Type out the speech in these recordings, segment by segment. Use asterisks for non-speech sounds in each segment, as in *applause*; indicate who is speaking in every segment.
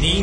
Speaker 1: 您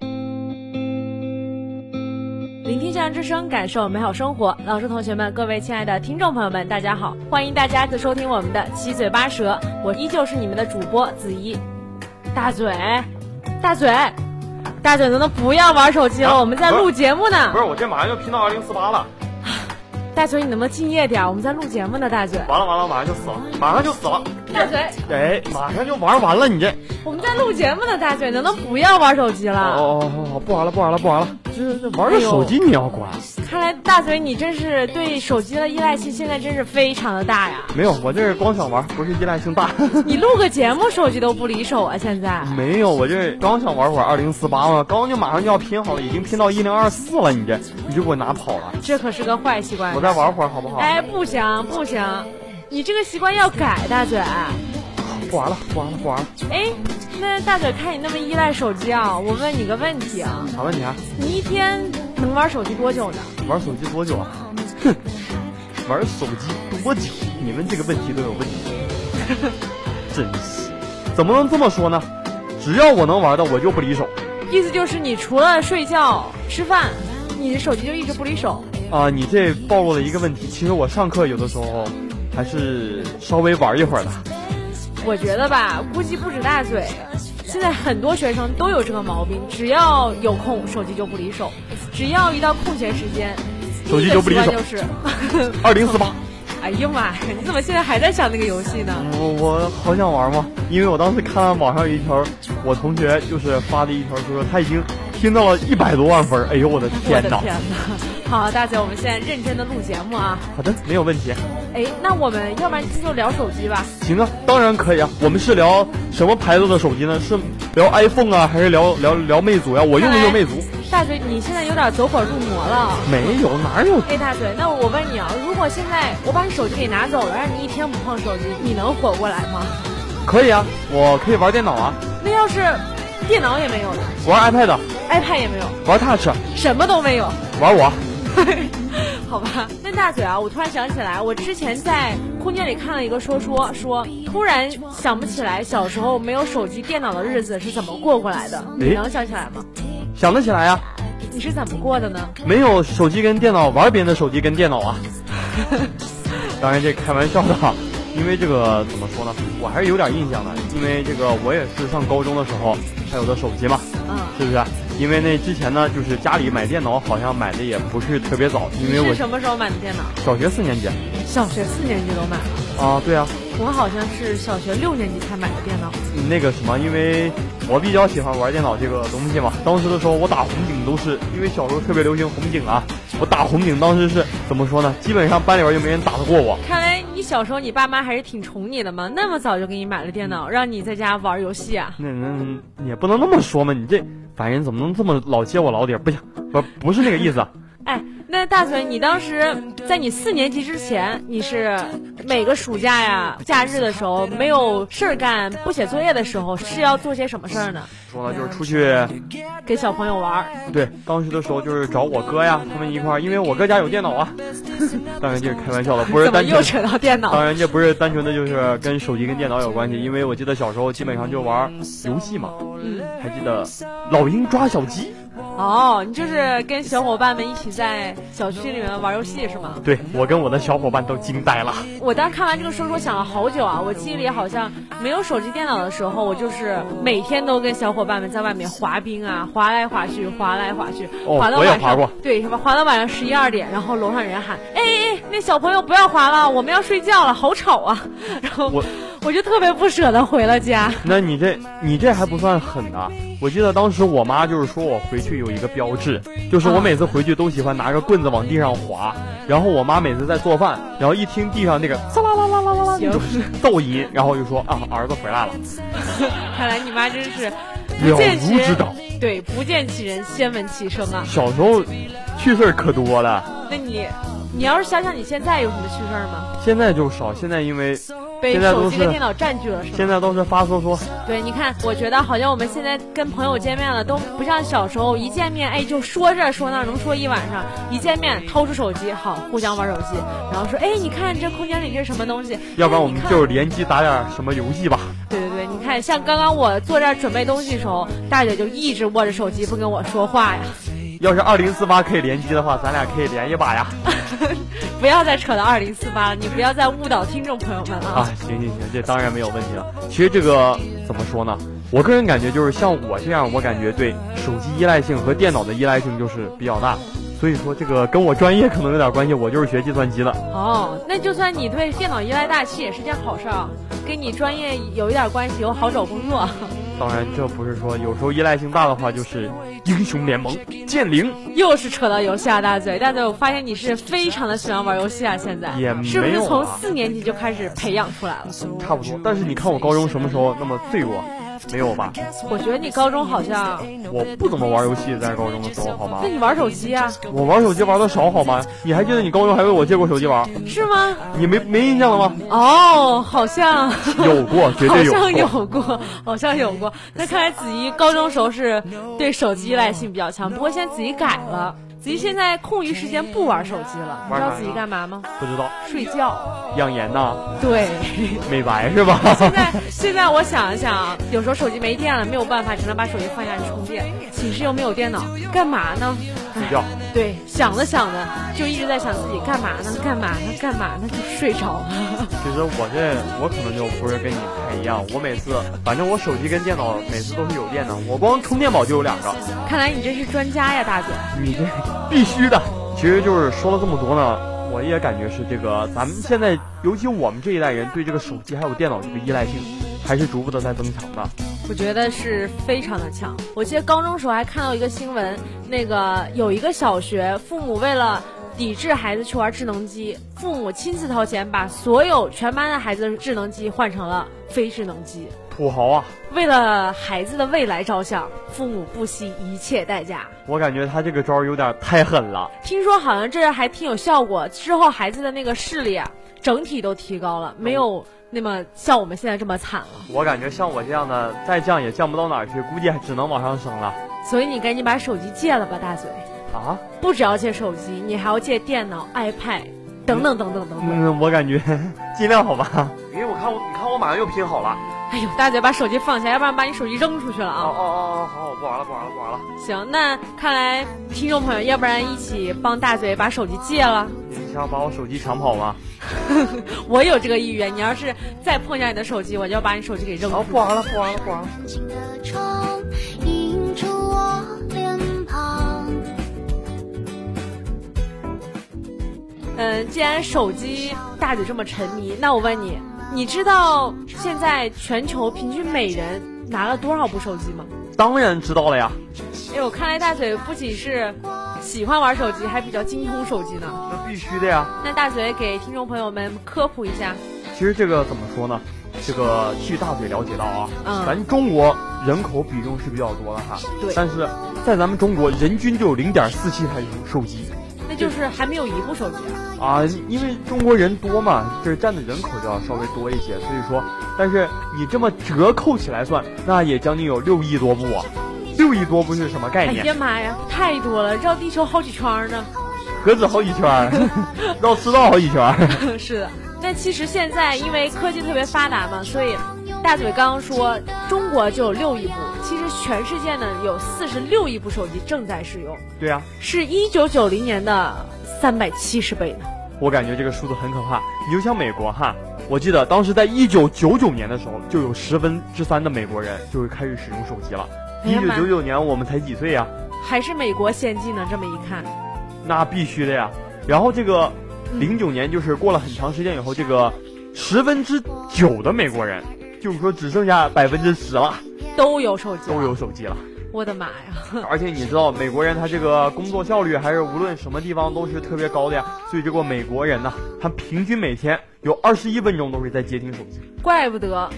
Speaker 2: 聆听校园之声，感受美好生活。老师、同学们，各位亲爱的听众朋友们，大家好！欢迎大家再收听我们的七嘴八舌，我依旧是你们的主播子怡。大嘴，大嘴，大嘴，能不能不要玩手机了？
Speaker 3: 啊
Speaker 2: 我们在录节目呢
Speaker 3: 不。是，我 *laughs* 这马上就拼到二零四八了，
Speaker 2: 大嘴，你能不能敬业点？我们在录节目呢，大嘴。
Speaker 3: 完了完了，马上就死了，马上就死了，
Speaker 2: 大嘴，
Speaker 3: 哎，马上就玩完了，你这，
Speaker 2: 我们在录节目呢，大嘴，能不能不要玩手机了？
Speaker 3: 哦哦哦，不玩了不玩了不玩了，这这玩个手机你要管，
Speaker 2: 看来大嘴你真是对手机的依赖性现在真是非常的大呀！
Speaker 3: 没有，我这是光想玩，不是依赖性大，
Speaker 2: 你录个节目手机都不离手啊，现在。
Speaker 3: 没有，我这刚想玩会儿二零四八嘛，刚就马上就要拼好了，已经拼到一零二四了，你这你就给我拿跑了，
Speaker 2: 这可是个坏习惯
Speaker 3: 我。再玩会儿好不好？
Speaker 2: 哎，不行不行，你这个习惯要改，大嘴。哎，
Speaker 3: 不玩了不玩了不玩了，
Speaker 2: 那大嘴看你那么依赖手机啊，我问你个问题啊，
Speaker 3: 啥问题啊？
Speaker 2: 你一天能玩手机多久呢？
Speaker 3: 玩手机多久啊？哼，玩手机多久？你们这个问题都有问题， *laughs* 真是，怎么能这么说呢？只要我能玩的，我就不离手
Speaker 2: 意思就是你除了睡觉、吃饭，你的手机就一直不离手。
Speaker 3: 啊！你这暴露了一个问题，其实我上课有的时候还是稍微玩一会儿的。
Speaker 2: 我觉得吧，估计不止大嘴，现在很多学生都有这个毛病，只要有空手机就不离手，只要一到空闲时间，
Speaker 3: 手机就不离手
Speaker 2: 第一个习惯就是 *laughs*
Speaker 3: 二零四八，
Speaker 2: 哎呀妈呀，你怎么现在还在想那个游戏呢？
Speaker 3: 我我好想玩吗？因为我当时看网上有一条，我同学就是发的一条，说他已经拼到了一百多万分儿。哎呦我的
Speaker 2: 我
Speaker 3: 天
Speaker 2: 的
Speaker 3: 哪！
Speaker 2: 天哪！好，大姐，我们现在认真的录节目啊。
Speaker 3: 好的，没有问题。
Speaker 2: 哎，那我们要不然今天就聊手机吧？
Speaker 3: 行啊，当然可以啊。我们是聊什么牌子的手机呢？是聊 iPhone 啊，还是聊聊聊魅族呀、我用的就是魅族，
Speaker 2: 大嘴，你现在有点走火入魔了。
Speaker 3: 没有哪有
Speaker 2: 哎，大嘴，那我问你啊，如果现在我把你手机给拿走了，让你一天不碰手机，你能活过来吗？
Speaker 3: 可以啊，我可以玩电脑啊，
Speaker 2: 那要是电脑也没有了
Speaker 3: 玩 iPad，
Speaker 2: ，iPad 也没有，
Speaker 3: 玩 Touch，
Speaker 2: 什么都没有。 *laughs*
Speaker 3: 玩我。啊
Speaker 2: 好吧，那大嘴啊，我突然想起来，我之前在空间里看了一个说说，说突然想不起来小时候没有手机、电脑的日子是怎么过过来的，你
Speaker 3: 诶
Speaker 2: 能想起来吗？
Speaker 3: 想得起来啊，
Speaker 2: 你是怎么过的呢？ *laughs*
Speaker 3: 没有手机跟电脑玩别人的手机跟电脑啊。当然这开玩笑的， *laughs* 因为这个怎么说呢，我还是有点印象的，因为这个我也是上高中的时候才有的手机嘛。
Speaker 2: 嗯，
Speaker 3: 是不是？因为那之前呢，就是家里买电脑好像买的也不是特别早，因为我
Speaker 2: 你是什么时候买的电脑？
Speaker 3: 小学四年级
Speaker 2: 小学四年级都买了，
Speaker 3: 啊，对啊，
Speaker 2: 我好像是小学六年级才买的电脑。
Speaker 3: 那个什么，因为我比较喜欢玩电脑这个东西嘛。当时的时候，我打红警都是因为小时候特别流行红警啊，我打红警当时是怎么说呢？基本上班里边就没人打得过我。
Speaker 2: 看来你小时候你爸妈还是挺宠你的嘛，那么早就给你买了电脑，让你在家玩游戏啊？
Speaker 3: 那那也不能那么说嘛，你这凡人怎么能这么老揭我老底儿？不行，不不是那个意思啊。
Speaker 2: 哎，那大嘴，你当时在你四年级之前，你是每个暑假呀、假日的时候没有事儿干、不写作业的时候，是要做些什么事儿呢？
Speaker 3: 说呢，就是出去
Speaker 2: 给小朋友玩儿。
Speaker 3: 对，当时的时候就是找我哥呀，他们一块儿，因为我哥家有电脑啊。 *laughs* 当然这是开玩笑的，不是
Speaker 2: 怎么
Speaker 3: 单
Speaker 2: 又
Speaker 3: 纯。啊
Speaker 2: 扯到电脑
Speaker 3: 当？然这不是单纯的就是跟手机跟电脑有关系，因为我记得小时候基本上就玩游戏嘛，
Speaker 2: 嗯，
Speaker 3: 还记得老鹰抓小鸡。
Speaker 2: 哦，你就是跟小伙伴们一起在小区里面玩游戏是吗？
Speaker 3: 对我跟我的小伙伴都惊呆了。
Speaker 2: 我当时看完这个说说想了好久啊，我记忆里好像没有手机、电脑的时候，我就是每天都跟小伙伴们在外面滑冰啊，滑来滑去，滑来滑去，
Speaker 3: 哦
Speaker 2: 滑到
Speaker 3: 我也
Speaker 2: 晚上，
Speaker 3: 滑过
Speaker 2: 对，什么滑到晚上十一二点，然后楼上人喊，哎哎，哎那小朋友不要滑了，我们要睡觉了，好吵啊，然后
Speaker 3: 我
Speaker 2: *laughs* 我就特别不舍得回了家。
Speaker 3: 那你这你这还不算狠的，我记得当时我妈就是说我回去有一个标志，就是我每次回去都喜欢拿个棍子往地上划，然后我妈每次在做饭，然后一听地上那个嗖啦啦啦啦啦啦那种噪音，然后就说啊儿子回来了，
Speaker 2: 看来你妈真是不
Speaker 3: 了
Speaker 2: 见其
Speaker 3: 如指
Speaker 2: 人，
Speaker 3: 掌。
Speaker 2: 对，不见其人先闻其声啊。
Speaker 3: 小时候趣事儿可多了，
Speaker 2: 那你，你要是想想你现在有什么趣事儿吗？
Speaker 3: 现在就少，现在因为
Speaker 2: 被
Speaker 3: 现在
Speaker 2: 手
Speaker 3: 都
Speaker 2: 机跟
Speaker 3: 是
Speaker 2: 电脑占据了，是吗？
Speaker 3: 现在都是发搜索，
Speaker 2: 对，你看，我觉得好像我们现在跟朋友见面了，都不像小时候一见面，哎，就说这说那，能说一晚上。一见面掏出手机，好，互相玩手机，然后说，哎，你看这空间里这是什么东西？
Speaker 3: 要不然
Speaker 2: 哎
Speaker 3: 我
Speaker 2: 你
Speaker 3: 们
Speaker 2: 看
Speaker 3: 就是联机打点什么游戏吧。
Speaker 2: 对对对，你看，像刚刚我坐这儿准备东西的时候，大姐就一直握着手机不跟我说话呀， *laughs*
Speaker 3: 要是二零四八可以联机的话，咱俩可以连一把呀。
Speaker 2: 不要再扯到二零四八了，你不要再误导听众朋友们了
Speaker 3: 啊，行行行，这当然没有问题了。其实这个怎么说呢？我个人感觉就是像我这样，我感觉对手机依赖性和电脑的依赖性就是比较大。所以说这个跟我专业可能有点关系，我就是学计算机的。
Speaker 2: 哦，那就算你对电脑依赖大，其实也是件好事儿啊，跟你专业有一点关系，有好找工作。
Speaker 3: 当然，这不是说有时候依赖性大的话就是英雄联盟、剑灵
Speaker 2: 又是扯到游戏啊，大嘴，大嘴，我发现你是非常的喜欢玩游戏啊，现在
Speaker 3: 也没有啊
Speaker 2: 是不是从四年级就开始培养出来了？
Speaker 3: 差不多。但是你看我高中什么时候那么脆弱？没有吧？
Speaker 2: 我觉得你高中好像，
Speaker 3: 我不怎么玩游戏，在高中的时候，好吗
Speaker 2: 那？你玩手机啊，
Speaker 3: 我玩手机玩的少，好吗？你还记得你高中还为我借过手机玩？
Speaker 2: 是吗？
Speaker 3: 你没没印象了吗？
Speaker 2: 哦，好像。
Speaker 3: 有过，绝
Speaker 2: 好
Speaker 3: 对有过。
Speaker 2: 像有过，好像有过。那看来子怡高中时候是对手机依赖性比较强，不过现在子怡改了，子怡现在空余时间不玩手机了。你知道子怡干嘛吗？
Speaker 3: 不知道
Speaker 2: 睡觉。
Speaker 3: 养颜呐，
Speaker 2: 对。
Speaker 3: 美白是吧？
Speaker 2: *laughs* 现在现在我想一想啊，有时候手机没电了，没有办法，只能把手机放下去充电。寝室又没有电脑，干嘛呢？
Speaker 3: 睡觉。
Speaker 2: 对，想着想着就一直在想自己干嘛呢？干嘛呢？干嘛呢？就睡着了。 *laughs*
Speaker 3: 其实我这我可能就不是跟你太一样，我每次反正我手机跟电脑每次都是有电的，我光充电宝就有两个。
Speaker 2: 看来你真是专家呀，大嘴。
Speaker 3: 你这必须的。其实就是说了这么多呢，我也感觉是这个咱们现在，尤其我们这一代人对这个手机还有电脑这个依赖性，还是逐步的在增强的。
Speaker 2: 我觉得是非常的强。我记得高中时候还看到一个新闻，那个有一个小学父母为了抵制孩子去玩智能机，父母亲自掏钱把所有全班的孩子的智能机换成了非智能机。
Speaker 3: 土豪啊，
Speaker 2: 为了孩子的未来着想，父母不惜一切代价。
Speaker 3: 我感觉他这个招儿有点太狠了。
Speaker 2: 听说好像这还挺有效果，之后孩子的那个视力啊，整体都提高了，没有那么像我们现在这么惨了。
Speaker 3: 我感觉像我这样的，再降也降不到哪儿去，估计还只能往上升了。
Speaker 2: 所以你赶紧把手机戒了吧，大嘴。
Speaker 3: 啊？
Speaker 2: 不只要借手机，你还要借电脑、iPad，等等等等等等。
Speaker 3: 嗯， *laughs* 我感觉尽量好吧。因为我看我，你看我马上又拼好了。
Speaker 2: 哎呦，大嘴把手机放下，要不然把你手机扔出去了
Speaker 3: 哦
Speaker 2: 啊！
Speaker 3: 哦哦，好，好，不玩了，不玩了，不玩了。
Speaker 2: 行，那看来听众朋友，要不然一起帮大嘴把手机戒了。
Speaker 3: 你想把我手机抢跑 *laughs* 吗？
Speaker 2: 我有这个意愿，你要是再碰见你的手机，我就把你手机给扔出去。
Speaker 3: 玩了，哦不玩了，不玩了。
Speaker 4: 轻轻的窗映出我脸庞，
Speaker 2: 嗯，既然手机大嘴这么沉迷，那我问你，你知道现在全球平均每人拿了多少部手机吗？
Speaker 3: 当然知道了呀，
Speaker 2: 哎呦，看来大嘴不仅是喜欢玩手机，还比较精通手机呢。
Speaker 3: 那必须的呀。
Speaker 2: 那大嘴给听众朋友们科普一下，
Speaker 3: 其实这个怎么说呢？这个据大嘴了解到啊，
Speaker 2: 嗯
Speaker 3: 咱中国人口比重是比较多的哈，
Speaker 2: 对
Speaker 3: 但是在咱们中国人均就有零点四七台手机
Speaker 2: 那就是还没有一部手机啊。
Speaker 3: 啊，因为中国人多嘛，就是占的人口就要稍微多一些，所以说，但是你这么折扣起来算，那也将近有六亿多部啊，六亿多部是什么概
Speaker 2: 哎
Speaker 3: 念？
Speaker 2: 呀妈呀，太多了，绕地球好几圈呢。
Speaker 3: 何止好几圈儿，绕赤道好几圈儿。
Speaker 2: *laughs* 是的，但其实现在因为科技特别发达嘛，所以大嘴刚刚说中国就有六亿部，其实全世界呢有四十六亿部手机正在使用，
Speaker 3: 对啊呀、
Speaker 2: 是一九九零年的三百七十倍呢。
Speaker 3: 我感觉这个数字很可怕。你就像美国哈，我记得当时在一九九九年的时候，就有十分之三的美国人就是开始使用手机了。
Speaker 2: 哎
Speaker 3: 一
Speaker 2: 呀
Speaker 3: 九
Speaker 2: 妈
Speaker 3: 九九年我们才几岁啊呀、
Speaker 2: 还是美国先进呢，这么一看，嗯
Speaker 3: 那必须的呀。然后这个零九年就是过了很长时间以后，这个十分之九的美国人，就是说只剩下百分之十了，
Speaker 2: 都有手机，啊
Speaker 3: 都有，手机了。
Speaker 2: 我的妈呀！
Speaker 3: 而且你知道，美国人他这个工作效率还是无论什么地方都是特别高的呀。所以这个美国人呢，他平均每天有二十一分钟都会在接听手机。
Speaker 2: 怪不得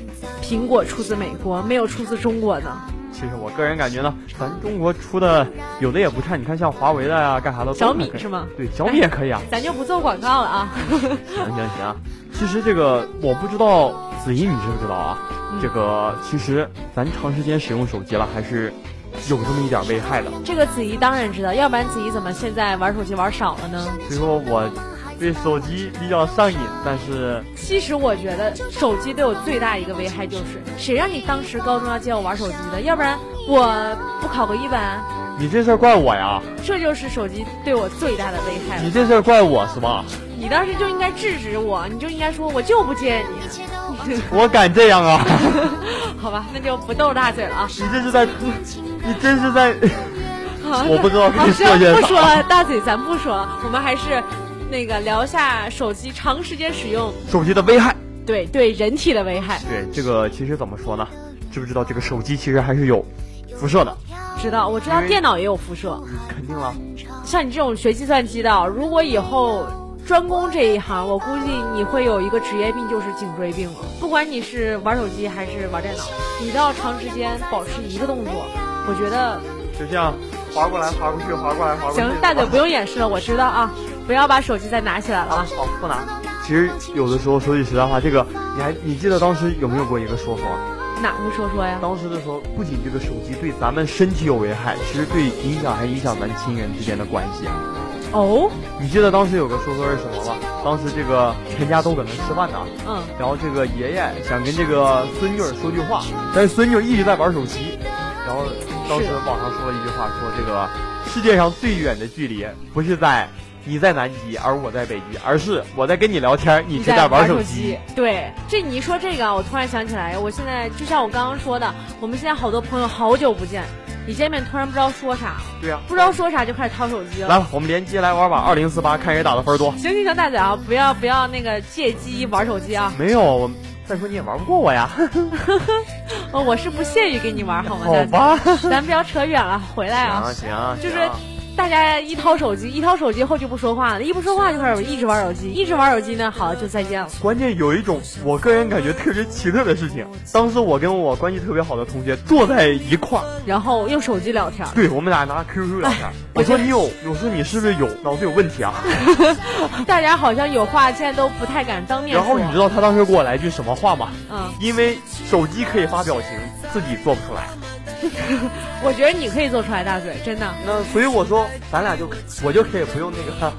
Speaker 2: 苹果出自美国，没有出自中国呢。
Speaker 3: 其实我个人感觉呢，咱中国出的有的也不差。你看像华为的呀、干啥的，
Speaker 2: 小米是吗？
Speaker 3: 对，小米也可以啊。
Speaker 2: 咱就不做广告了啊。
Speaker 3: 行行行啊，其实这个我不知道，子怡你知不知道啊？
Speaker 2: 嗯
Speaker 3: 这个其实咱长时间使用手机了，还是有这么一点危害的。
Speaker 2: 这个子怡当然知道，要不然子怡怎么现在玩手机玩少了呢？
Speaker 3: 所以说我对手机比较上瘾，但是
Speaker 2: 其实我觉得手机对我最大一个危害就是，谁让你当时高中要借我玩手机的？要不然我不考个一本，
Speaker 3: 你这事儿怪我呀，
Speaker 2: 这就是手机对我最大的危害
Speaker 3: 你。这事儿怪我是吧？
Speaker 2: 你当时就应该制止我，你就应该说我就不借你，
Speaker 3: 我敢这样啊？ *laughs*
Speaker 2: 好吧？那就不逗大嘴了啊！
Speaker 3: 你这是在，你真是在， *laughs* 我不知道跟
Speaker 2: 好，
Speaker 3: 你
Speaker 2: 行
Speaker 3: 说，些
Speaker 2: 不说
Speaker 3: 啥。
Speaker 2: 了，大嘴咱不说了，我们还是那个聊一下手机长时间使用
Speaker 3: 手机的危害。
Speaker 2: 对对人体的危害。
Speaker 3: 对，这个其实怎么说呢？知不知道这个手机其实还是有辐射的？
Speaker 2: 知道，我知道
Speaker 3: 因为
Speaker 2: 电脑也有辐射。
Speaker 3: 肯定了。
Speaker 2: 像你这种学计算机的，如果以后专攻这一行，我估计你会有一个职业病，就是颈椎病了。不管你是玩手机还是玩电脑，你都要长时间保持一个动作。我觉得
Speaker 3: 就像划过来划过去，划过来划过去。
Speaker 2: 行，大嘴不用掩饰了，我知道啊，不要把手机再拿起来
Speaker 3: 啊，
Speaker 2: 了啊。
Speaker 3: 好不拿。其实有的时候说句实在话，这个你还你记得当时有没有过一个说法吗？
Speaker 2: 哪个说说呀？
Speaker 3: 当时的时候，不仅这个手机对咱们身体有危害，其实对影响还影响咱亲人之间的关系。啊
Speaker 2: 哦，
Speaker 3: 你记得当时有个说说是什么吗？当时这个全家都搁那吃饭呢，
Speaker 2: 嗯，
Speaker 3: 然后这个爷爷想跟这个孙女儿说句话，但是孙女儿一直在玩手机，然后当时网上说了一句话，说这个世界上最远的距离不是在你在南极，而我在北极，而是我在跟你聊天，你
Speaker 2: 你
Speaker 3: 却
Speaker 2: 在
Speaker 3: 玩
Speaker 2: 手
Speaker 3: 机。。
Speaker 2: 对，这你一说这个啊，我突然想起来，我现在就像我刚刚说的，我们现在好多朋友好久不见，一见面突然不知道说啥，
Speaker 3: 对啊呀、
Speaker 2: 不知道说啥就开始掏手机
Speaker 3: 来
Speaker 2: 了。
Speaker 3: 吧，我们连机来玩吧，二零四八看谁打的分多。
Speaker 2: 行行行，大嘴啊，不要不要那个借机玩手机啊！
Speaker 3: 没有，我再说你也玩不过我呀。
Speaker 2: 哦，我是不屑于跟你玩， *laughs* 好吗？
Speaker 3: 好吧。
Speaker 2: 咱不要扯远了，回来啊。
Speaker 3: 行行，
Speaker 2: 就是
Speaker 3: 行
Speaker 2: 大家一掏手机，一掏手机后就不说话了，一不说话就开始一直玩手机，一直玩手机呢，好就再见了。
Speaker 3: 关键有一种我个人感觉特别奇特的事情，当时我跟我关系特别好的同学坐在一块儿，
Speaker 2: 然后用手机聊
Speaker 3: *laughs*
Speaker 2: 天儿。
Speaker 3: 对我们俩拿 QQ 聊
Speaker 2: 哎
Speaker 3: 天儿。我说你有，我说你是不是有脑子有问题啊？
Speaker 2: 大家好像有话现在都不太敢当面
Speaker 3: 然
Speaker 2: 说。
Speaker 3: 后你知道他当时给我来句什么话吗？
Speaker 2: 嗯，
Speaker 3: 因为手机可以发表情，自己做不出来。
Speaker 2: 我觉得你可以做出来，大嘴，真的。
Speaker 3: 那所以我说，咱俩就我就可以不用那个，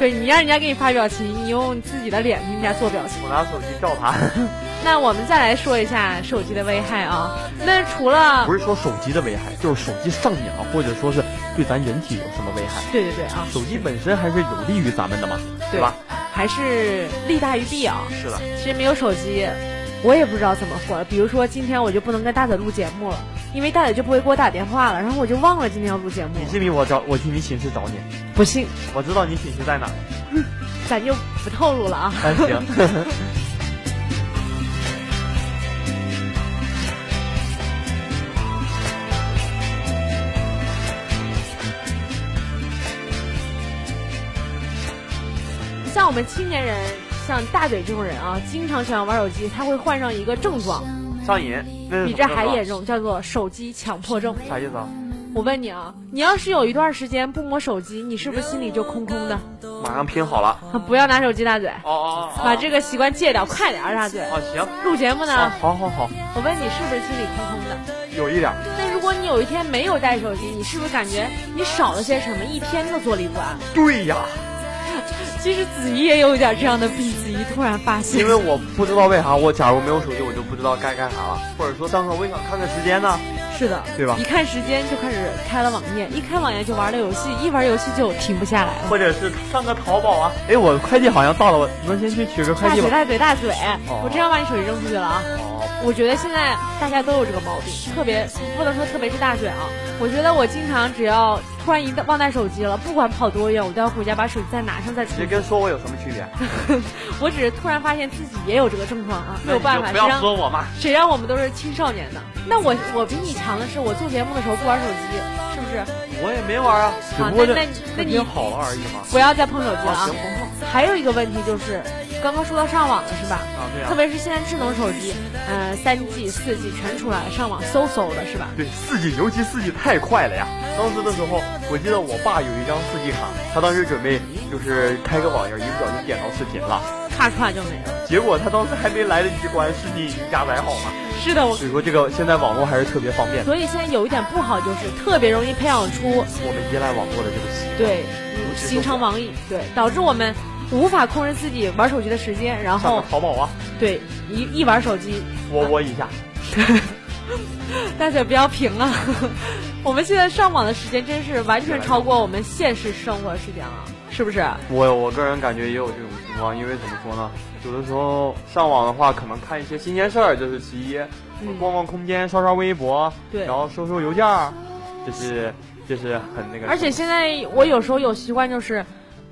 Speaker 2: 对你让人家给你发表情，你用自己的脸给人家做表情。
Speaker 3: 我拿手机照他。 *laughs*
Speaker 2: 那我们再来说一下手机的危害啊。那除了
Speaker 3: 不是说手机的危害，就是手机上瘾了，或者说是对咱人体有什么危害。
Speaker 2: 对对对啊，
Speaker 3: 手机本身还是有利于咱们的嘛，
Speaker 2: 对
Speaker 3: 吧？
Speaker 2: 还是利大于弊啊。
Speaker 3: 是的，
Speaker 2: 其实没有手机，我也不知道怎么活了。比如说今天我就不能跟大嘴录节目了，因为大嘴就不会给我打电话了，然后我就忘了今天要录节目
Speaker 3: 你
Speaker 2: 了。
Speaker 3: 信不信我找我去你寝室找你？
Speaker 2: 不信，
Speaker 3: 我知道你寝室在哪儿，
Speaker 2: 咱就不透露了啊。
Speaker 3: 但行。
Speaker 2: *laughs* 像我们青年人，像大嘴这种人啊，经常喜欢玩手机，他会患上一个症状，
Speaker 3: 上瘾，那是
Speaker 2: 比
Speaker 3: 什
Speaker 2: 这
Speaker 3: 么
Speaker 2: 还
Speaker 3: 症
Speaker 2: 严重，叫做手机强迫症。
Speaker 3: 状啥意思啊？
Speaker 2: 我问你啊，你要是有一段时间不摸手机，你是不是心里就空空的？
Speaker 3: 马上拼好了。
Speaker 2: 啊不要拿手机，大嘴，
Speaker 3: 哦哦哦
Speaker 2: 把这个习惯戒掉，快点儿，大嘴。
Speaker 3: 哦行，
Speaker 2: 录节目
Speaker 3: 哦
Speaker 2: 呢，
Speaker 3: 好好好，
Speaker 2: 我问你是不是心里空空的？
Speaker 3: 有一点儿。
Speaker 2: 那如果你有一天没有带手机，你是不是感觉你少了些什么，一天都坐立不安？
Speaker 3: 对呀，
Speaker 2: 其实子怡也有一点这样的病，子怡突然发现
Speaker 3: 因为我不知道为啥，我假如没有手机，我就不知道该干啥了，或者说当时我也想看看时间呢。
Speaker 2: 是的，
Speaker 3: 对吧
Speaker 2: 一看时间就开始开了网页，一开网页就玩了游戏，一玩游戏就停不下来了。
Speaker 3: 或者是上个淘宝啊。哎，我快递好像到了，我能先去取个快
Speaker 2: 大
Speaker 3: 递
Speaker 2: 嘴
Speaker 3: 吗？
Speaker 2: 大嘴大嘴，
Speaker 3: 哦
Speaker 2: 我真要把你手机扔出去了啊！
Speaker 3: 哦，
Speaker 2: 我觉得现在大家都有这个毛病，特别不能说特别是大学啊，我觉得我经常只要突然一忘带手机了，不管跑多远，我都要回家把手机再拿上再出
Speaker 3: 这
Speaker 2: 去。
Speaker 3: 跟说我有什么区别？
Speaker 2: 我只是突然发现自己也有这个症状啊，没
Speaker 3: 那
Speaker 2: 有
Speaker 3: 你
Speaker 2: 办
Speaker 3: 就不
Speaker 2: 法，谁
Speaker 3: 要
Speaker 2: 让
Speaker 3: 说我嘛。
Speaker 2: 谁让我们都是青少年呢？那我我比你强的是，我做节目的时候不玩手机，是不是？
Speaker 3: 我也没玩啊，只
Speaker 2: 好
Speaker 3: 不过这
Speaker 2: 那那你那
Speaker 3: 今
Speaker 2: 你
Speaker 3: 天好了而已嘛。
Speaker 2: 不要再碰手机了
Speaker 3: 啊，
Speaker 2: 啊
Speaker 3: 行，！不
Speaker 2: 还有一个问题就是，刚刚说到上网了是吧？
Speaker 3: 碰啊，对
Speaker 2: 特
Speaker 3: 啊，
Speaker 2: 别是现在智能手机，呃，三 G、四 G 全出来了，上网嗖嗖的是吧？
Speaker 3: 对四 G，尤其四 G 太快了呀。当时的时候，我记得我爸有一张四 G 卡，他当时准备就是开个网页，一不小心点到视频了，
Speaker 2: 咔唰就没了。
Speaker 3: 结果他当时还没来得及关，视频已经加载好了。
Speaker 2: 是的，我
Speaker 3: 所以说这个现在网络还是特别方便的，
Speaker 2: 所以现在有一点不好就是特别容易培养出
Speaker 3: 我们依赖网络的这个习惯。
Speaker 2: 对嗯形成网瘾，对，导致我们无法控制自己玩手机的时间，
Speaker 3: 上
Speaker 2: 然后
Speaker 3: 个淘宝啊，
Speaker 2: 对一一玩手机 *laughs*
Speaker 3: 窝窝一下，
Speaker 2: 大嘴不要平啊！ *laughs* 我们现在上网的时间真是完全超过我们现实生活时间了，是不是？
Speaker 3: 我我个人感觉也有这种情况，因为怎么说呢，有的时候上网的话，可能看一些新鲜事儿，这是其一；
Speaker 2: 嗯
Speaker 3: 逛逛空间，刷刷微博，
Speaker 2: 对
Speaker 3: 然后收收邮件儿，这是这是很那个什么。
Speaker 2: 而且现在我有时候有习惯，就是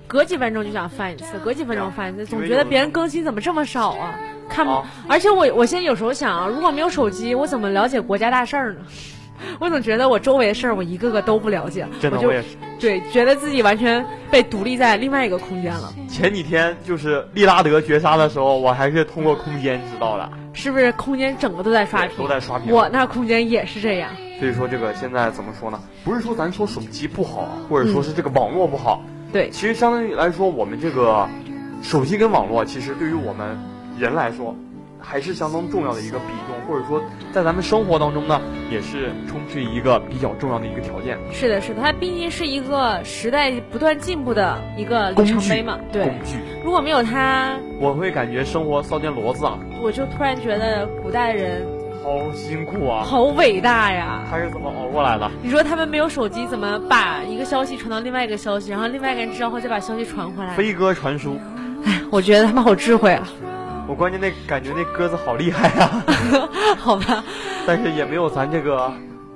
Speaker 2: 隔几分钟就想翻一
Speaker 3: 啊
Speaker 2: 次，隔几分钟翻一次，总觉得别人更新怎么这么少啊？看不
Speaker 3: 哦，
Speaker 2: 而且我我现在有时候想啊，如果没有手机，我怎么了解国家大事儿呢？ *laughs* 我总觉得我周围的事儿我一个个都不了解，
Speaker 3: 真的
Speaker 2: 我就
Speaker 3: 我也是，
Speaker 2: 对，觉得自己完全被独立在另外一个空间了，
Speaker 3: 前几天就是利拉德绝杀的时候，我还是通过空间知道的，
Speaker 2: 是不是？空间整个都在刷屏，
Speaker 3: 都在刷屏
Speaker 2: 我那空间也是这样。
Speaker 3: 所以说这个现在怎么说呢？不是说咱说手机不好，啊或者说是这个网络不好，
Speaker 2: 对
Speaker 3: 其实相对于来说，我们这个手机跟网络，其实对于我们人来说，还是相当重要的一个比重，或者说在咱们生活当中呢，也是充斥一个比较重要的一个条件，
Speaker 2: 是的，是的，它毕竟是一个时代不断进步的一个里
Speaker 3: 工
Speaker 2: 程
Speaker 3: 具
Speaker 2: 碑嘛。对
Speaker 3: 工，具。
Speaker 2: 如果没有它，
Speaker 3: 我会感觉生活烧煎骡子啊，
Speaker 2: 我就突然觉得古代人
Speaker 3: 好辛苦啊！
Speaker 2: 好伟大呀！
Speaker 3: 他是怎么熬过来的？
Speaker 2: 你说他们没有手机，怎么把一个消息传到另外一个消息，然后另外一个人知道后再把消息传回来？
Speaker 3: 飞鸽传书，
Speaker 2: 我觉得他们好智慧啊！ *laughs*
Speaker 3: 我关键那感觉那鸽子好厉害啊， *laughs*
Speaker 2: 好吧，
Speaker 3: 但是也没有咱这个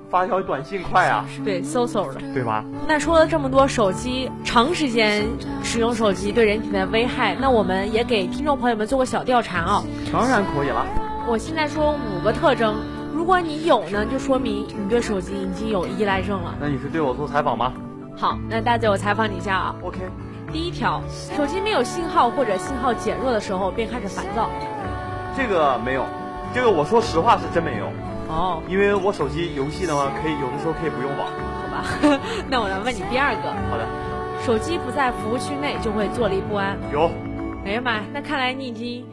Speaker 3: 发条短信快啊，
Speaker 2: 对，嗖嗖的。
Speaker 3: 对吧？
Speaker 2: 那说了这么多手机长时间使用手机对人体的危害，那我们也给听众朋友们做个小调查啊、
Speaker 3: 当然可以了。
Speaker 2: 我现在说五个特征，如果你有呢，就说明你对手机已经有依赖症了。
Speaker 3: 那你是对我做采访吗
Speaker 2: 好，那大姐，我采访你一下啊。
Speaker 3: ？OK，
Speaker 2: 第一条，手机没有信号或者信号减弱的时候便开始烦躁。
Speaker 3: 这个没有，这个我说实话是真没有，
Speaker 2: 哦，
Speaker 3: 因为我手机游戏的话，可以有的时候可以不用网。
Speaker 2: 好吧。 *laughs* 那我来问你第二个，
Speaker 3: 好的，
Speaker 2: 手机不在服务区内就会坐立不安。
Speaker 3: 有，
Speaker 2: 哎呀妈呀，那看来你已经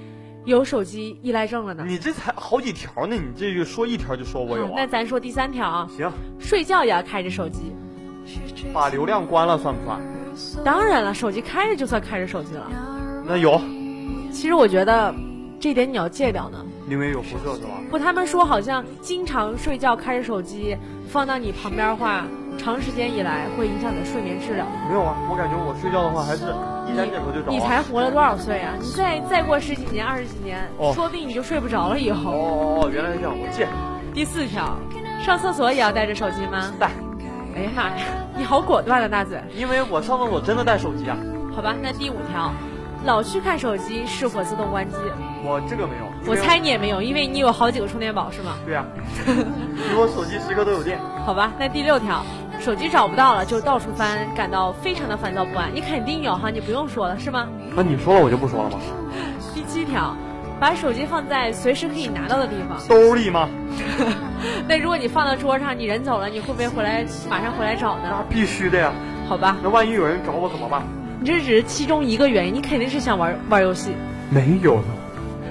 Speaker 2: 有手机依赖症了呢。
Speaker 3: 你这才好几条呢，你这就说一条就说嗯我有
Speaker 2: 那
Speaker 3: 啊？
Speaker 2: 咱说第三条啊，
Speaker 3: 行，
Speaker 2: 睡觉也要开着手机。
Speaker 3: 把流量关了算不算？
Speaker 2: 当然了，手机开着就算开着手机了。
Speaker 3: 那有，
Speaker 2: 其实我觉得这点你要戒掉呢。
Speaker 3: 因为有辐射是吧？
Speaker 2: 不，他们说好像经常睡觉开着手机放到你旁边的话，长时间以来会影响你的睡眠质量。
Speaker 3: 没有啊，我感觉我睡觉的话还是一沾枕头就着、啊
Speaker 2: 你才活了多少岁啊？你再再过十几年、二十几年，
Speaker 3: 哦
Speaker 2: 说不定你就睡不着了。以
Speaker 3: 哦
Speaker 2: 后
Speaker 3: 哦哦，原来是这样，我戒。
Speaker 2: 第四条，上厕所也要带着手机吗？带。哎呀妈呀， *laughs* 你好果断啊，大嘴。
Speaker 3: 因为我上厕所真的带手机啊，
Speaker 2: 好吧，那第五条，老去看手机是否自动关机？
Speaker 3: 我这个没有。因为
Speaker 2: 我猜你也没有，因为你有好几个充电宝是吗？
Speaker 3: 对啊， *laughs* 如果手机时刻都有电，
Speaker 2: 好吧，那第六条，手机找不到了就到处翻，感到非常的烦躁不安。你肯定有哈，你不用说了是吗？
Speaker 3: 那你说了我就不说了吗？
Speaker 2: 第七条，把手机放在随时可以拿到的地方。
Speaker 3: 兜里吗？
Speaker 2: 那如果你放到桌上，你人走了，你会不会回来马上回来找呢？
Speaker 3: 必须的呀，
Speaker 2: 好吧，
Speaker 3: 那万一有人找我怎么办？
Speaker 2: 你这只是其中一个原因，你肯定是想玩玩游戏。
Speaker 3: 没有的，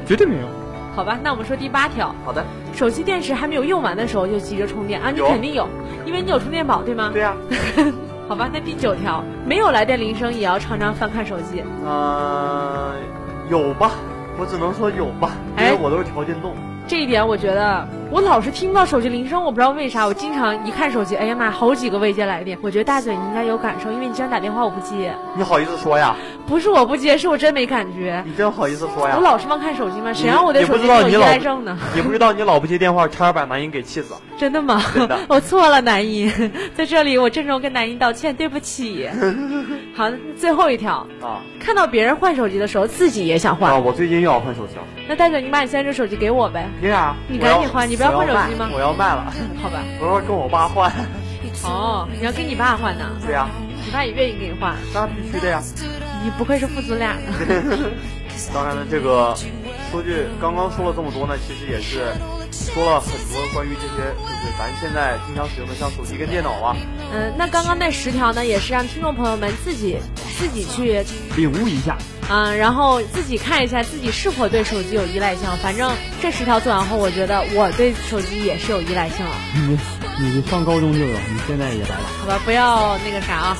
Speaker 3: 绝对没有。
Speaker 2: 好吧，那我们说第八条，
Speaker 3: 好的，
Speaker 2: 手机电池还没有用完的时候就急着充电啊，你
Speaker 3: 有
Speaker 2: 肯定有，因为你有充电宝
Speaker 3: *laughs*
Speaker 2: 对吗？
Speaker 3: 对呀、
Speaker 2: 好吧，那第九条，没有来电铃声也要常常翻看手机。
Speaker 3: 嗯、呃有吧，我只能说有吧，因
Speaker 2: 哎
Speaker 3: 为我都是调电动。
Speaker 2: 这一点我觉得我老是听到手机铃声，我不知道为啥，我经常一看手机，哎呀妈，好几个未接来电。我觉得大嘴你应该有感受，因为你经常打电话我不接，
Speaker 3: 你好意思说呀？
Speaker 2: 不是我不接，是我真没感觉。
Speaker 3: 你真好意思说哎呀
Speaker 2: 我？老是忘看手机吗？谁
Speaker 3: 你
Speaker 2: 让我的
Speaker 3: 你
Speaker 2: 手
Speaker 3: 不
Speaker 2: 机
Speaker 3: 知
Speaker 2: 没
Speaker 3: 道
Speaker 2: 有
Speaker 3: 你
Speaker 2: 依
Speaker 3: 老
Speaker 2: 赖
Speaker 3: *laughs*
Speaker 2: 症呢？
Speaker 3: 你不知道你老不接电话，差点把男人给气死。
Speaker 2: 真的吗？
Speaker 3: 真的
Speaker 2: 我错了，南音，在这里我郑重跟南音道歉，对
Speaker 3: *laughs*
Speaker 2: 不起。好，最后一条，
Speaker 3: 啊
Speaker 2: 看到别人换手机的时候，自己也想换。
Speaker 3: 啊！我最近又要换手机了。
Speaker 2: 那大嘴，你把你现在这手机给我呗。
Speaker 3: 为啥？
Speaker 2: 你
Speaker 3: 我要
Speaker 2: 赶紧换你不要换手机吗
Speaker 3: 我要卖了，
Speaker 2: 好吧。
Speaker 3: 我要跟我爸换。
Speaker 2: 哦，你要跟你爸换呢？
Speaker 3: 对呀、
Speaker 2: 你爸也愿意给你换。
Speaker 3: 那必须的呀。
Speaker 2: 你不愧是父子俩呢。
Speaker 3: 当然了，这个说句刚刚说了这么多呢，其实也是说了很多关于这些，就是咱现在经常使用的像手机跟电脑啊，
Speaker 2: 嗯，那刚刚那十条呢，也是让听众朋友们自己自己去，
Speaker 3: 领悟一下。
Speaker 2: 嗯、然后自己看一下自己是否对手机有依赖性。反正这十条做完后，我觉得我对手机也是有依赖性了。
Speaker 3: 你你上高中就有，你现在也来了。
Speaker 2: 好吧，不要那个啥啊。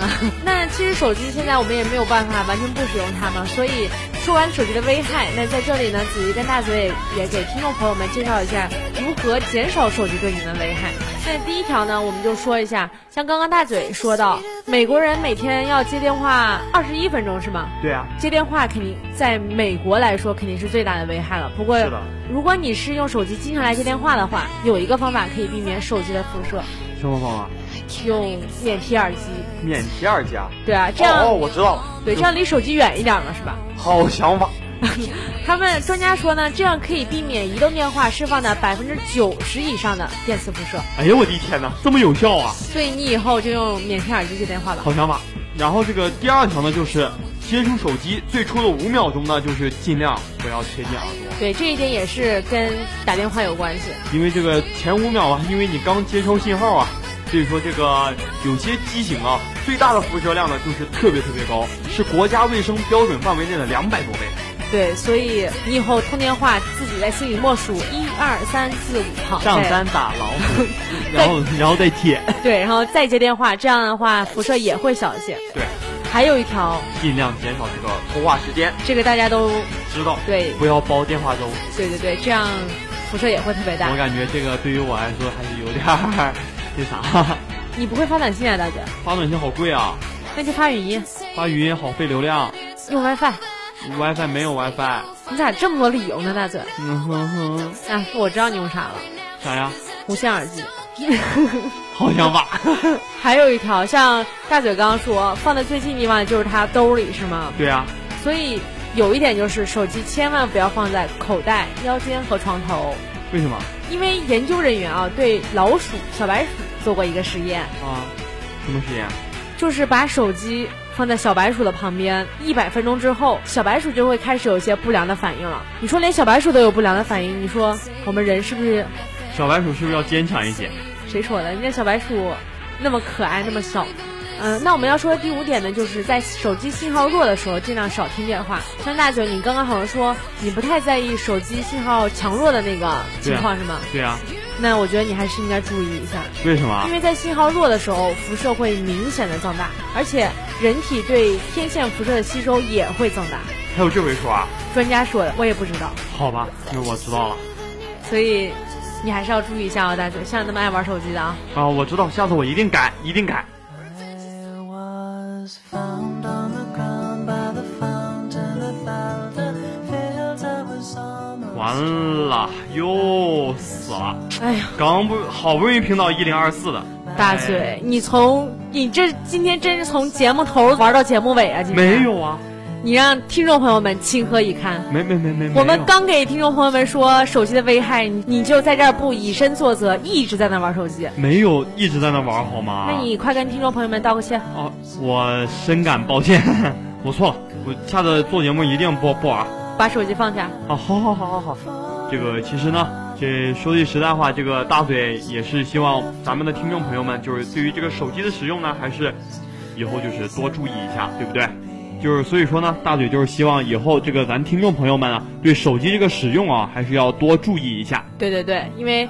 Speaker 2: 啊，那其实手机现在我们也没有办法完全不使用它嘛，所以说完手机的危害，那在这里呢，子怡跟大嘴也也给听众朋友们介绍一下如何减少手机对你们的危害。那第一条呢，我们就说一下，像刚刚大嘴说到，美国人每天要接电话二十一分钟是吗？
Speaker 3: 对啊，
Speaker 2: 接电话肯定在美国来说肯定是最大的危害了。不过
Speaker 3: 是的，
Speaker 2: 如果你是用手机经常来接电话的话，有一个方法可以避免手机的辐射，
Speaker 3: 什么方法？
Speaker 2: 用免提耳机。
Speaker 3: 免提耳机啊。
Speaker 2: 对啊，这样、
Speaker 3: 哦，我知道了，
Speaker 2: 对，这样离手机远一点了，是吧？ *laughs*
Speaker 3: 好想法。
Speaker 2: 他们专家说呢，这样可以避免移动电话释放的百分之九十以上的电磁辐射，
Speaker 3: 哎呦我的天哪，这么有效啊！
Speaker 2: 所以你以后就用免提耳机接电话吧。
Speaker 3: 好想法。然后这个第二条呢，就是接触手机最初的五秒钟呢，就是尽量不要贴近耳朵，
Speaker 2: 对，这一点也是跟打电话有关系。
Speaker 3: 因为这个前五秒啊，因为你刚接收信号啊，所以说这个有些机型啊，最大的辐射量呢就是特别特别高，是国家卫生标准范围内的两百多倍。
Speaker 2: 对，所以你以后通电话自己在心里默数一二三四五，好，再
Speaker 3: 打老
Speaker 2: *laughs*
Speaker 3: 虎，然后然后再贴，
Speaker 2: 哎对，然后再接电话，这样的话辐射也会小一些。
Speaker 3: 对，
Speaker 2: 还有一条，
Speaker 3: 尽量减少这个通话时间，
Speaker 2: 这个大家都
Speaker 3: 知道？
Speaker 2: 对
Speaker 3: 不要煲电话粥。
Speaker 2: 对对对，这样辐射也会特别大
Speaker 3: 我。感觉这个对于我来说还是有点儿那啥， *laughs*
Speaker 2: 你不会发短信啊，大姐？
Speaker 3: 发短信好贵啊，
Speaker 2: 那就发语音，
Speaker 3: 发语音好费流量
Speaker 2: 用 WiFi。
Speaker 3: ，WiFi 没有 WiFi。
Speaker 2: 你咋这么多理由呢，大嘴？
Speaker 3: 嗯哼哼，
Speaker 2: 哎，我知道你用啥了，
Speaker 3: 啥呀？
Speaker 2: 无线耳机。 *laughs*
Speaker 3: 好想法。
Speaker 2: 还有一条，像大嘴刚刚说，放在最近地方就是他兜里是吗？
Speaker 3: *laughs* 对啊，
Speaker 2: 所以有一点就是，手机千万不要放在口袋、腰间和床头，
Speaker 3: 为什么
Speaker 2: 因为研究人员啊对老鼠、小白鼠做过一个实验，
Speaker 3: 啊？什么实验？
Speaker 2: 就是把手机放在小白鼠的旁边，一百分钟之后，小白鼠就会开始有一些不良的反应了。你说连小白鼠都有不良的反应，你说我们人是不是
Speaker 3: 小白鼠是不是要坚强一些？
Speaker 2: 谁说的？人家小白鼠那么可爱，那么小。嗯，那我们要说的第五点呢，就是在手机信号弱的时候，尽量少听电话。像大嘴，你刚刚好像说你不太在意手机信号强弱的那个情况、是吗？
Speaker 3: 对啊，
Speaker 2: 那我觉得你还是应该注意一下，
Speaker 3: 为什么啊
Speaker 2: 因？为在信号弱的时候，辐射会明显的增大，而且人体对天线辐射的吸收也会增大。
Speaker 3: 还有这回说啊？
Speaker 2: 专家说的，我也不知道，
Speaker 3: 好吧，那我知道了
Speaker 2: 所以你还是要注意一下哦，大嘴，像你那么爱玩手机的啊。
Speaker 3: 啊，我知道，下次我一定改，一定改。
Speaker 5: I was found on the ground by the fountain about the fields I was on.
Speaker 3: 完了，又死了。
Speaker 2: 哎呀。
Speaker 3: 刚不好不容易拼到一零二四的，
Speaker 2: 大嘴，你从你这今天真是从节目头玩到节目尾啊！今天
Speaker 3: 没，有啊，
Speaker 2: 你让听众朋友们情何以堪？
Speaker 3: 没没没没没有。
Speaker 2: 我们刚给听众朋友们说手机的危害，你你就在这儿不以身作则，一直在那玩手机。
Speaker 3: 没有一直在那玩好吗？
Speaker 2: 那你快跟听众朋友们道个歉。
Speaker 3: 哦，我深感抱歉， *laughs* 我错了，我下次做节目一定不不玩。
Speaker 2: 把手机放下。
Speaker 3: 啊，好好好好好。这个其实呢，这说句实在话，这个大嘴也是希望咱们的听众朋友们，就是对于这个手机的使用呢，还是以后就是多注意一下，对不对？就是所以说呢，大嘴就是希望以后这个咱听众朋友们啊，对手机这个使用啊，还是要多注意一下，
Speaker 2: 对对对，因为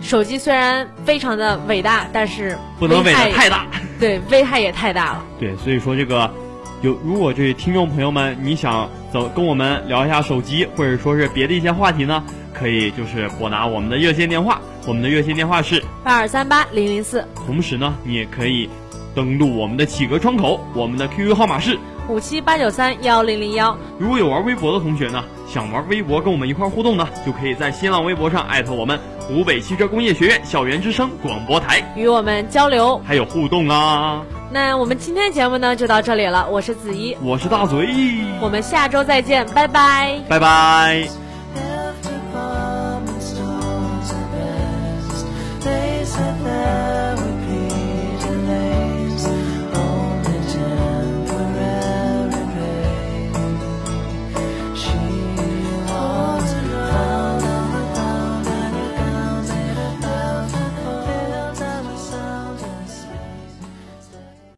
Speaker 2: 手机虽然非常的伟大，但是
Speaker 3: 不能
Speaker 2: 危
Speaker 3: 为
Speaker 2: 害
Speaker 3: 难太大。
Speaker 2: 对危害也太大了。
Speaker 3: 对，所以说这个有如果这听众朋友们你想走跟我们聊一下手机，或者说是别的一些话题呢，可以就是拨打我们的热线电话，我们的热线电话是
Speaker 2: 八二三八零零四
Speaker 3: 同时呢，你也可以登录我们的企鹅窗口，我们的 QQ 号码是。
Speaker 2: 五七八九三幺零零幺。
Speaker 3: 如果有玩微博的同学呢，想玩微博跟我们一块儿互动呢，就可以在新浪微博上艾特我们湖北汽车工业学院校园之声广播台，
Speaker 2: 与我们交流。
Speaker 3: 还有互动啊！
Speaker 2: 那我们今天节目呢就到这里了，我是子怡，
Speaker 3: 我是大嘴，
Speaker 2: 我们下周再见，拜拜。
Speaker 3: 拜拜。